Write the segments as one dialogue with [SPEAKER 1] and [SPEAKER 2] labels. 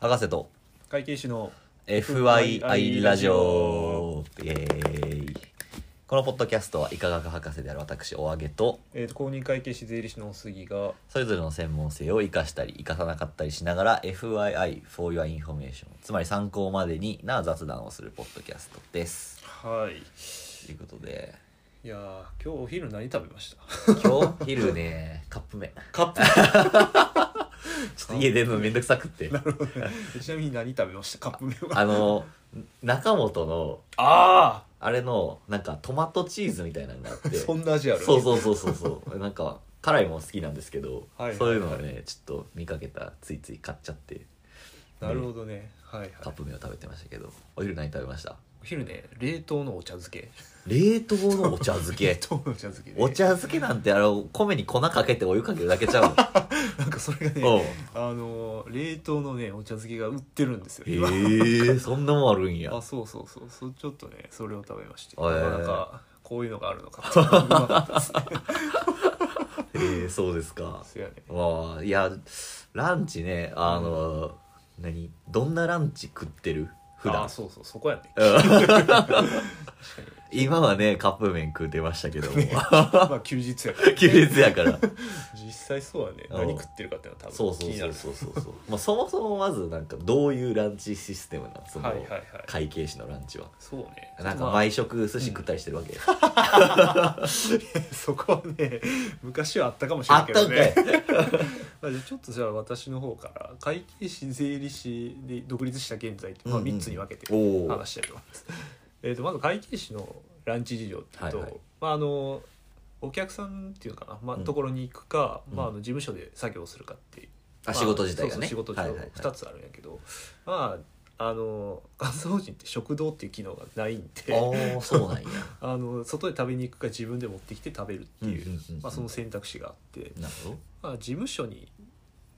[SPEAKER 1] 博士と
[SPEAKER 2] 会計士の
[SPEAKER 1] FYI ラジオイエーイこのポッドキャストは医科学博士である私おあげと
[SPEAKER 2] えー、と公認会計士税理士の杉が
[SPEAKER 1] それぞれの専門性を生かしたり生かさなかったりしながら FYI for your information つまり参考までにな雑談をするポッドキャストです
[SPEAKER 2] はい
[SPEAKER 1] ということで
[SPEAKER 2] いやー今日お昼何食べました
[SPEAKER 1] 今日昼 ねカップ麺
[SPEAKER 2] カップ
[SPEAKER 1] ちょっと家出るのめんどくさく って
[SPEAKER 2] 麺ちなみに何食べましたカップ麺は
[SPEAKER 1] あの中本の
[SPEAKER 2] あ
[SPEAKER 1] あれのなんかトマトチーズみたいなのがあって
[SPEAKER 2] あそんな味ある
[SPEAKER 1] そうそうそうそうそう なんか辛いもん好きなんですけど、
[SPEAKER 2] はいはいはい
[SPEAKER 1] そういうのをねちょっと見かけたついつい買っちゃって
[SPEAKER 2] なるほどねはいはい
[SPEAKER 1] カップ麺を食べてましたけどお昼何食べました
[SPEAKER 2] お昼ね冷凍のお茶漬け
[SPEAKER 1] 冷凍のお茶漬
[SPEAKER 2] 冷
[SPEAKER 1] け
[SPEAKER 2] 凍のお茶漬け で
[SPEAKER 1] お茶漬けなんてあの米に粉かけてお湯かけるだけちゃう
[SPEAKER 2] なんかそれが
[SPEAKER 1] のお
[SPEAKER 2] ね
[SPEAKER 1] う
[SPEAKER 2] あのー冷凍のねお茶漬けが売ってるんですよ
[SPEAKER 1] へえ
[SPEAKER 2] 今
[SPEAKER 1] そんなもんあるんや
[SPEAKER 2] あそうそうそうそうちょっとねそれを食べまして
[SPEAKER 1] へー
[SPEAKER 2] なかなかこういうのがあるのかっていうのがうまかったですね
[SPEAKER 1] えーそうですか
[SPEAKER 2] そうやね
[SPEAKER 1] まあいやランチねあの、何どんなランチ食ってる普段
[SPEAKER 2] あそうそうそこやね
[SPEAKER 1] 今はねカップ麺食うてましたけども
[SPEAKER 2] まあ休日やから
[SPEAKER 1] 休日やから
[SPEAKER 2] 実際そうだね
[SPEAKER 1] うん
[SPEAKER 2] 何食ってるかっていうのは多
[SPEAKER 1] そう
[SPEAKER 2] 分
[SPEAKER 1] そ
[SPEAKER 2] 気
[SPEAKER 1] う
[SPEAKER 2] にな
[SPEAKER 1] そう
[SPEAKER 2] る
[SPEAKER 1] そうそうそう、 まあ、そもそもまずなんかどういうランチシステムなんその
[SPEAKER 2] はいはいはい
[SPEAKER 1] 会計士のランチは、
[SPEAKER 2] そうね
[SPEAKER 1] なん
[SPEAKER 2] ま
[SPEAKER 1] か
[SPEAKER 2] あ
[SPEAKER 1] 毎食寿司食ったりしてるわけ、
[SPEAKER 2] そこはね昔はあったかもし れ
[SPEAKER 1] あっ
[SPEAKER 2] ないけ
[SPEAKER 1] た
[SPEAKER 2] ど
[SPEAKER 1] んか
[SPEAKER 2] ね
[SPEAKER 1] い
[SPEAKER 2] まあじゃあちょっとじゃあ私の方から会計士税理士で独立した現在って、
[SPEAKER 1] うん
[SPEAKER 2] ま
[SPEAKER 1] う
[SPEAKER 2] あ、
[SPEAKER 1] ん
[SPEAKER 2] 3つに分けて
[SPEAKER 1] おー
[SPEAKER 2] 話したいと思います、えー、とまず会計士のランチ事情っていうと、
[SPEAKER 1] はいはい
[SPEAKER 2] まああのお客さんっていうかな、まあ、
[SPEAKER 1] うん
[SPEAKER 2] ところに行くか、
[SPEAKER 1] うん
[SPEAKER 2] まあ、あの事務所で作業するかっていう
[SPEAKER 1] あ
[SPEAKER 2] ま
[SPEAKER 1] 仕事自体が
[SPEAKER 2] そう
[SPEAKER 1] ね
[SPEAKER 2] そう仕事自体
[SPEAKER 1] はいはい
[SPEAKER 2] 2
[SPEAKER 1] はい
[SPEAKER 2] つあるんやけど、まああの 監査法人って食堂っていう機能がないん
[SPEAKER 1] あ
[SPEAKER 2] で
[SPEAKER 1] ーそうなんや
[SPEAKER 2] あの外で食べに行くか自分で持ってきて食べるっていう,、
[SPEAKER 1] うんうんうんうん
[SPEAKER 2] まあ、その選択肢があって、
[SPEAKER 1] なるほど
[SPEAKER 2] まあ、事務所に、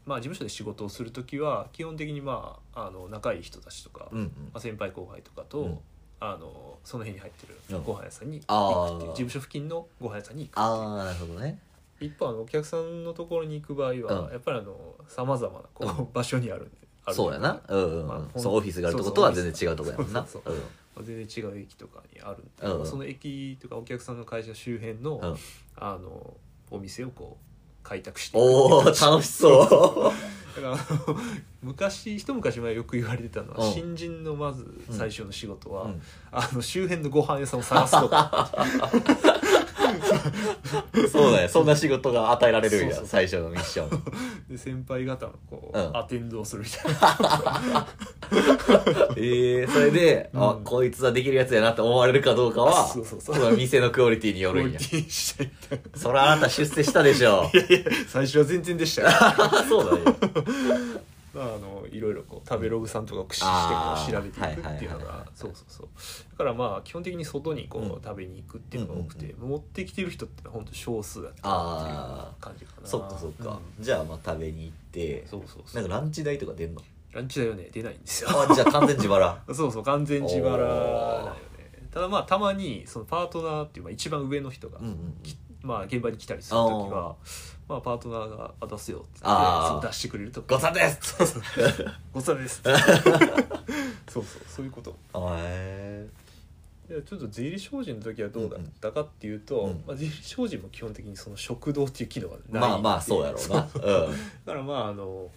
[SPEAKER 2] まあ、事務所で仕事をする時は基本的に、まあ、あの仲いい人たちとか、
[SPEAKER 1] うんうん
[SPEAKER 2] まあ、先輩後輩とかと、
[SPEAKER 1] うん
[SPEAKER 2] あのその辺に入ってる
[SPEAKER 1] うん
[SPEAKER 2] ご飯屋さんに行くってい
[SPEAKER 1] あー
[SPEAKER 2] う、事務所付近のご飯屋さんに行く
[SPEAKER 1] ああなるほどね
[SPEAKER 2] 一方あのお客さんのところに行く場合は、
[SPEAKER 1] うん
[SPEAKER 2] やっぱりあのさまざまなこう、場所にあるんであるんで
[SPEAKER 1] そうやなうんうんうん、
[SPEAKER 2] まあほん
[SPEAKER 1] そうオフィスがあるとことは全然違うとこやもんな
[SPEAKER 2] そう
[SPEAKER 1] う
[SPEAKER 2] そ
[SPEAKER 1] ん
[SPEAKER 2] まあ全然違う駅とかにあるんで、
[SPEAKER 1] うんうん
[SPEAKER 2] まあその駅とかお客さんの会社周辺の,、
[SPEAKER 1] うん
[SPEAKER 2] あのお店をこう開拓していく
[SPEAKER 1] おお楽しそう
[SPEAKER 2] だからあの昔一昔前よく言われてたのは、
[SPEAKER 1] うん
[SPEAKER 2] 新人のまず最初の仕事は、
[SPEAKER 1] うん
[SPEAKER 2] あの周辺のご飯屋さんを探すこと
[SPEAKER 1] そうだよそんな仕事が与えられるんや
[SPEAKER 2] そうそう
[SPEAKER 1] 最初のミッション
[SPEAKER 2] で先輩方のこう、
[SPEAKER 1] うん
[SPEAKER 2] アテンドをするみたいな
[SPEAKER 1] ええそれで、あ
[SPEAKER 2] うん
[SPEAKER 1] こいつはできるやつやなって思われるかどうかは
[SPEAKER 2] そうそうそう
[SPEAKER 1] の店のクオリティによ
[SPEAKER 2] クオ
[SPEAKER 1] るん
[SPEAKER 2] リ
[SPEAKER 1] や
[SPEAKER 2] ティにしたいみたいな
[SPEAKER 1] そらあなた出世したでしょ
[SPEAKER 2] 最初は全然でしたよ
[SPEAKER 1] そうだね
[SPEAKER 2] まあ、あのいろいろこう食べログさんとかを駆使してこ
[SPEAKER 1] あー
[SPEAKER 2] う調べていくっていうの
[SPEAKER 1] はいはいはいはい
[SPEAKER 2] がそうそうそうだからまあ基本的に外にこう、
[SPEAKER 1] うん
[SPEAKER 2] 食べに行くっていうのが多くて、
[SPEAKER 1] うん
[SPEAKER 2] 持ってきてる人って本当少数だったって
[SPEAKER 1] あ
[SPEAKER 2] いう感じかな
[SPEAKER 1] そっかそっか、
[SPEAKER 2] うん
[SPEAKER 1] じゃあまあ食べに行って
[SPEAKER 2] そうそうそ
[SPEAKER 1] なん
[SPEAKER 2] う
[SPEAKER 1] かランチ代とか出んの
[SPEAKER 2] ランチ代はね出ないんですよ
[SPEAKER 1] あじゃあ完全自腹
[SPEAKER 2] そうそう完全自腹だ
[SPEAKER 1] おー
[SPEAKER 2] よねただまあたまにそのパートナーっていう、まあ、一番上の人が、
[SPEAKER 1] うんうんうん
[SPEAKER 2] まあ、現場に来たりする時はまあ、パートナーが「あ出すよ」って言っ
[SPEAKER 1] あー
[SPEAKER 2] てそう出してくれると
[SPEAKER 1] ごさんですそうそう
[SPEAKER 2] ごさんです そうそうそういうこと
[SPEAKER 1] へ
[SPEAKER 2] いやちょっと税理士法人の時はどうだったかっていうと、
[SPEAKER 1] うんうん
[SPEAKER 2] まあ、税理士法人も基本的にその食堂っていう機能がない
[SPEAKER 1] ーまあまあそうやろうな うん
[SPEAKER 2] だからまああの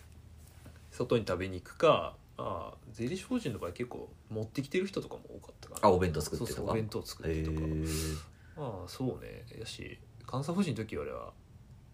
[SPEAKER 2] 外に食べに行くか、まあ、税理士法人の場合結構持ってきてる人とかも多かったから
[SPEAKER 1] あお弁当作ってとか
[SPEAKER 2] そうそうお弁当作ってとか、
[SPEAKER 1] へー
[SPEAKER 2] まあそうねやし監査法人の時よりは、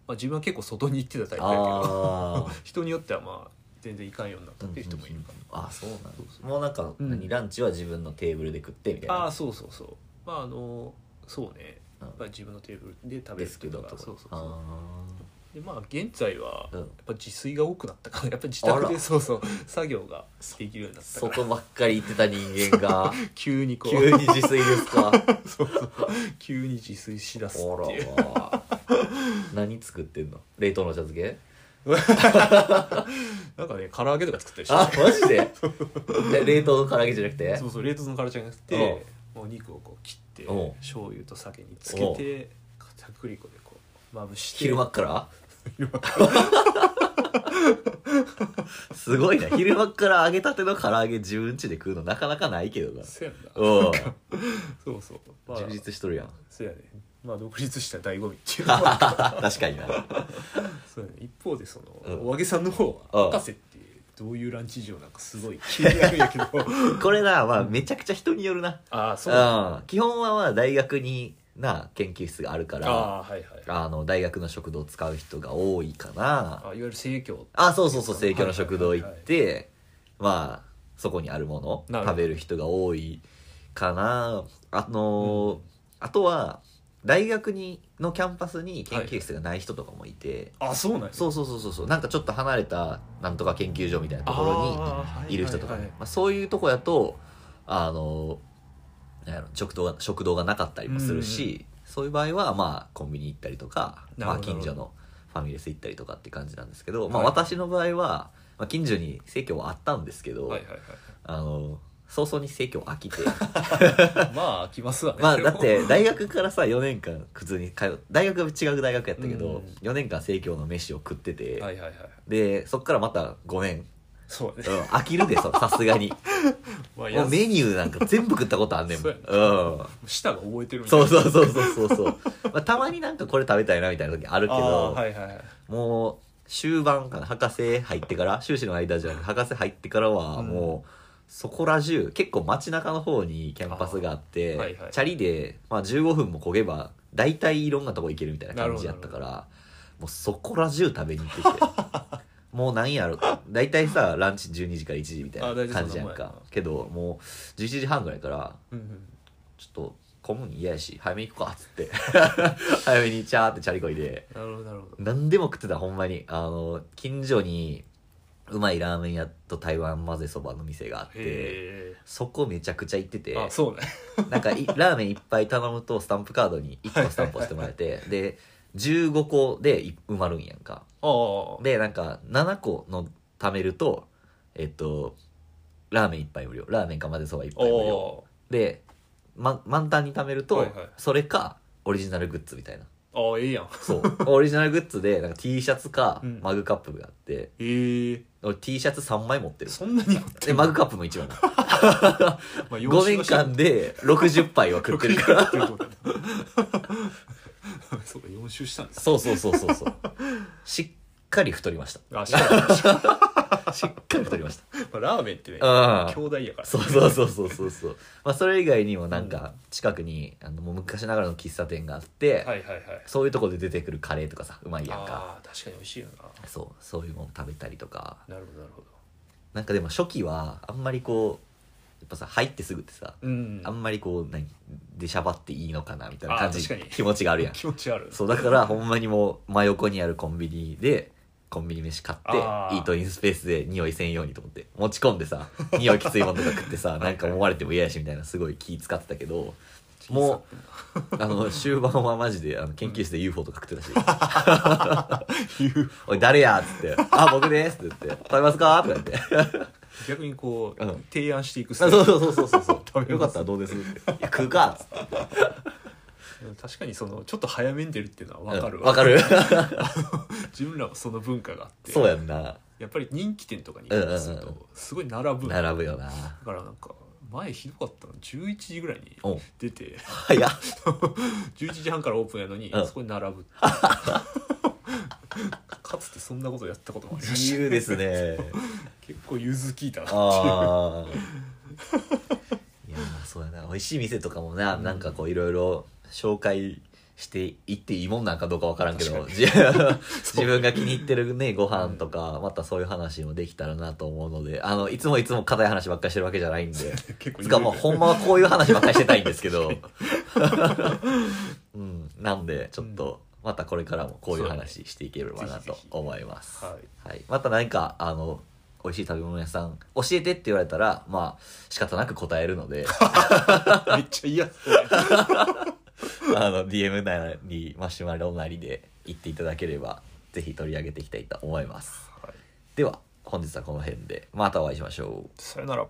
[SPEAKER 2] まあ、自分は結構外に行ってたタイプやけど
[SPEAKER 1] ああ
[SPEAKER 2] 人によってはまあ全然行かんようになったっていう人もいるから、
[SPEAKER 1] あそうなんだもうなんか、
[SPEAKER 2] うん
[SPEAKER 1] 何ランチは自分のテーブルで食ってみたい
[SPEAKER 2] あ
[SPEAKER 1] な
[SPEAKER 2] あそうそうそうまああのそうねやっぱり自分のテーブルで食
[SPEAKER 1] デ
[SPEAKER 2] べるっ
[SPEAKER 1] ス
[SPEAKER 2] て
[SPEAKER 1] ク
[SPEAKER 2] いう
[SPEAKER 1] の
[SPEAKER 2] の
[SPEAKER 1] と
[SPEAKER 2] が
[SPEAKER 1] か
[SPEAKER 2] そうそう
[SPEAKER 1] あ
[SPEAKER 2] そうでまあ現在は
[SPEAKER 1] ー
[SPEAKER 2] や
[SPEAKER 1] う
[SPEAKER 2] っ
[SPEAKER 1] ん
[SPEAKER 2] ぱ自炊が多くなったか らやっぱり自
[SPEAKER 1] あ
[SPEAKER 2] 宅
[SPEAKER 1] ら
[SPEAKER 2] でそうそう作業ができるようになったから
[SPEAKER 1] 外ばっかり行ってた人間が
[SPEAKER 2] 急にこう
[SPEAKER 1] 急に自炊ですか
[SPEAKER 2] そうそう急に自炊しだす
[SPEAKER 1] お
[SPEAKER 2] っていう
[SPEAKER 1] らわ何作ってんの冷凍のお茶漬け
[SPEAKER 2] なんかね唐揚げとか作ったりして
[SPEAKER 1] あマジで え冷凍の唐揚げじゃなくて
[SPEAKER 2] そうそう冷凍の唐揚げじゃなくてお肉をこう切って
[SPEAKER 1] おう
[SPEAKER 2] 醤油と酒につけて片栗粉でこうまぶして
[SPEAKER 1] 昼間っから
[SPEAKER 2] 昼間
[SPEAKER 1] すごいな昼間っから揚げたての唐揚げ自分家で食うのなかなかないけどな
[SPEAKER 2] そうやんな
[SPEAKER 1] おう
[SPEAKER 2] そうそう、まあ、
[SPEAKER 1] 充実しとるやん
[SPEAKER 2] そうやねまあ独立した醍醐味っていう
[SPEAKER 1] 確かにな
[SPEAKER 2] そうやね一方でその、
[SPEAKER 1] うん
[SPEAKER 2] お揚げさんの方
[SPEAKER 1] う
[SPEAKER 2] は
[SPEAKER 1] ん
[SPEAKER 2] 博士っていうどういうランチ事情なんかすごい気になるんやけど
[SPEAKER 1] これなまあめちゃくちゃ人によるな
[SPEAKER 2] ああそうなんだ
[SPEAKER 1] うん基本はまあ大学にな研究室があるから
[SPEAKER 2] ああーはいはい
[SPEAKER 1] あの大学の食堂を使う人が多いかな
[SPEAKER 2] あいわゆる生協
[SPEAKER 1] あそうそうそう生協の食堂行ってまあそこにあるも
[SPEAKER 2] な
[SPEAKER 1] の
[SPEAKER 2] るほ
[SPEAKER 1] 食
[SPEAKER 2] ど
[SPEAKER 1] べる人が多いかなあのーあとは大学にのキャンパスに研究室がない人とかもいて、
[SPEAKER 2] あそうなんや
[SPEAKER 1] そうそうそうそうそうなんかちょっと離れたなんとか研究所みたいなところ
[SPEAKER 2] あー
[SPEAKER 1] にいる人とか
[SPEAKER 2] はい
[SPEAKER 1] ね、
[SPEAKER 2] はい
[SPEAKER 1] まあ、そういうとこやとあのーなんやろ食堂が食堂がなかったりもするし、そういう場合はまあコンビニ行ったりとか、
[SPEAKER 2] な
[SPEAKER 1] まあ、
[SPEAKER 2] るほど
[SPEAKER 1] 近所のファミレス行ったりとかって感じなんですけど、まあ、
[SPEAKER 2] はい
[SPEAKER 1] 私の場合は、まあ、近所に生協はあったんですけど、
[SPEAKER 2] はいはい
[SPEAKER 1] あのー早々に生協飽き て
[SPEAKER 2] はいまあ来ますわね
[SPEAKER 1] まあだって大学からさ4年間普通に通う大学は違う大学やったけ
[SPEAKER 2] うんう
[SPEAKER 1] ど
[SPEAKER 2] ん
[SPEAKER 1] 4年間生協の飯を食ってて、
[SPEAKER 2] はいはいはい
[SPEAKER 1] でそっからまた5年、
[SPEAKER 2] そう
[SPEAKER 1] うん
[SPEAKER 2] やね、
[SPEAKER 1] 飽きるでそさすがに
[SPEAKER 2] まあ
[SPEAKER 1] もうメニューなんか全部食ったことあんねん
[SPEAKER 2] そううや
[SPEAKER 1] ん
[SPEAKER 2] 舌が覚えてるみたい
[SPEAKER 1] そう
[SPEAKER 2] な
[SPEAKER 1] そうそうそうそうそう、まあ、たまになんかこれ食べたいなみたいな時あるけど、
[SPEAKER 2] あーはいはいはい
[SPEAKER 1] もう終盤かな博士入ってから修士の間じゃなく博士入ってからは
[SPEAKER 2] うん
[SPEAKER 1] もうそこら中結構街中の方にキャンパスがあって
[SPEAKER 2] あーはいはい
[SPEAKER 1] チャリで、まあ、15分もこげば大体いろんなとこ行けるみたいな感じやったからもうそこら中食べに行って てもう何やろ大体さランチ12時から1時みた
[SPEAKER 2] あ
[SPEAKER 1] い
[SPEAKER 2] 大
[SPEAKER 1] な
[SPEAKER 2] 体
[SPEAKER 1] 感じや
[SPEAKER 2] そ
[SPEAKER 1] ん
[SPEAKER 2] んなもん
[SPEAKER 1] か
[SPEAKER 2] やな
[SPEAKER 1] けどもう11時半ぐらいから
[SPEAKER 2] うんうん
[SPEAKER 1] ちょっと混むの嫌やし早めに行こうかっつって 早めにチャーってチャリこいで。
[SPEAKER 2] なるほどなるほど
[SPEAKER 1] 何でも食ってたほんまにあの近所にうまいラーメン屋と台湾混ぜそばの店があって
[SPEAKER 2] へ
[SPEAKER 1] そこめちゃくちゃ行ってて
[SPEAKER 2] えあそうね
[SPEAKER 1] なんかいラーメンいっぱい頼むとスタンプカードに1個スタンプ押してもらえてで15個でい埋まるんやんか
[SPEAKER 2] あ あ
[SPEAKER 1] でなんか7個の貯めるとえっとラーメン1杯無料ラーメンか混ぜそば1
[SPEAKER 2] お
[SPEAKER 1] 杯無料
[SPEAKER 2] お
[SPEAKER 1] で、ま、満タンに貯めると、
[SPEAKER 2] はいはい
[SPEAKER 1] それかオリジナルグッズみたいな
[SPEAKER 2] ああええやん
[SPEAKER 1] そう。 オリジナルグッズで、なんか T シャツか
[SPEAKER 2] うん
[SPEAKER 1] マグカップがあって、
[SPEAKER 2] ええ
[SPEAKER 1] 俺 T シャツ3枚持 ってる。
[SPEAKER 2] そんなに持っ
[SPEAKER 1] で、
[SPEAKER 2] てる
[SPEAKER 1] マグカップも1枚。
[SPEAKER 2] まあ
[SPEAKER 1] 5年間で60杯は食ってる から。
[SPEAKER 2] ら そうか4周したんです
[SPEAKER 1] そうそうそうそう そう。しっかり太りまし
[SPEAKER 2] あし かも
[SPEAKER 1] た。 しっかり太りまし
[SPEAKER 2] まあラーメンってね
[SPEAKER 1] た。う
[SPEAKER 2] 兄
[SPEAKER 1] ん。
[SPEAKER 2] 弟やから
[SPEAKER 1] そうそうそうそうそうそう。まあそれ以外にもなんか近くに、あのもう昔ながらの喫茶店があって、
[SPEAKER 2] はいはいはい
[SPEAKER 1] そういうとこで出てくるカレーとかさ、うまいやんか。
[SPEAKER 2] あー確かに美味しいよ
[SPEAKER 1] そう、そういうもの食べたりとか。
[SPEAKER 2] ななるほどなるほど
[SPEAKER 1] なんかでも初期はあんまりこう、やっぱさ入ってすぐってさ、
[SPEAKER 2] うん
[SPEAKER 1] あんまりこう何出しゃばっていいのかなみたいな感
[SPEAKER 2] あー
[SPEAKER 1] じ
[SPEAKER 2] 確かに
[SPEAKER 1] 気持ちがあるやん
[SPEAKER 2] 気持ちある
[SPEAKER 1] そうだからほんまにもう真横にあるコンビニでコンビニ飯買って
[SPEAKER 2] あ
[SPEAKER 1] イ
[SPEAKER 2] ー
[SPEAKER 1] ートインスペースで匂いせんようにと思って持ち込んでさ匂いきついもんとか食ってさなんか思われても嫌やしみたいなすごい気使ってたけどもうあの終盤はマジであの研究室で UFO とか食ってたし「おい誰や?」っつって「あ僕です」って言って「食べますか?」とか言って
[SPEAKER 2] 逆にこう
[SPEAKER 1] うん
[SPEAKER 2] 提案していくスタ
[SPEAKER 1] あ
[SPEAKER 2] イル
[SPEAKER 1] そうそうそうそう そう
[SPEAKER 2] 食べます
[SPEAKER 1] よかったらどうです?」って「いや食うか」っつって
[SPEAKER 2] 確かにそのちょっと早めに出るっていうのは分かる
[SPEAKER 1] わ、かる
[SPEAKER 2] 自分らもその文化があって
[SPEAKER 1] そうやんな
[SPEAKER 2] やっぱり人気店とかに行ったりする
[SPEAKER 1] うんうん
[SPEAKER 2] とすごい並ぶだ
[SPEAKER 1] 並ぶよな
[SPEAKER 2] からなんか前ひどかったの11時ぐらいに
[SPEAKER 1] お
[SPEAKER 2] 出て
[SPEAKER 1] 早っ
[SPEAKER 2] 11時半からオープンやのに
[SPEAKER 1] うん
[SPEAKER 2] そこに並ぶ かつてそんなことやったこともありま
[SPEAKER 1] 自
[SPEAKER 2] した
[SPEAKER 1] 由です ね
[SPEAKER 2] 結構融通きいたなって いう
[SPEAKER 1] ああいやーそうやな美味しい店とかもな、なんかこういろいろ紹介していっていいもんなんかどうかわからんけどじ 自分が気に入ってるねご飯とかまたそういう話もできたらなと思うのであのいつもいつも硬い話ばっかりしてるわけじゃないんで
[SPEAKER 2] 結構
[SPEAKER 1] つかもうほんまはこういう話ばっかりしてたいんですけ どうんなんでちょっとまたこれからもこういう話していければなと思います、
[SPEAKER 2] はい
[SPEAKER 1] はい、また何かあの美味しい食べ物屋さん教えてって言われたらまあ仕方なく答えるの で
[SPEAKER 2] めっちゃ嫌そう
[SPEAKER 1] あの DM なりマシュマロなりで言っていただければぜひ取り上げていきたいと思いますでは本日はこの辺でまたお会いしましょう
[SPEAKER 2] さよなら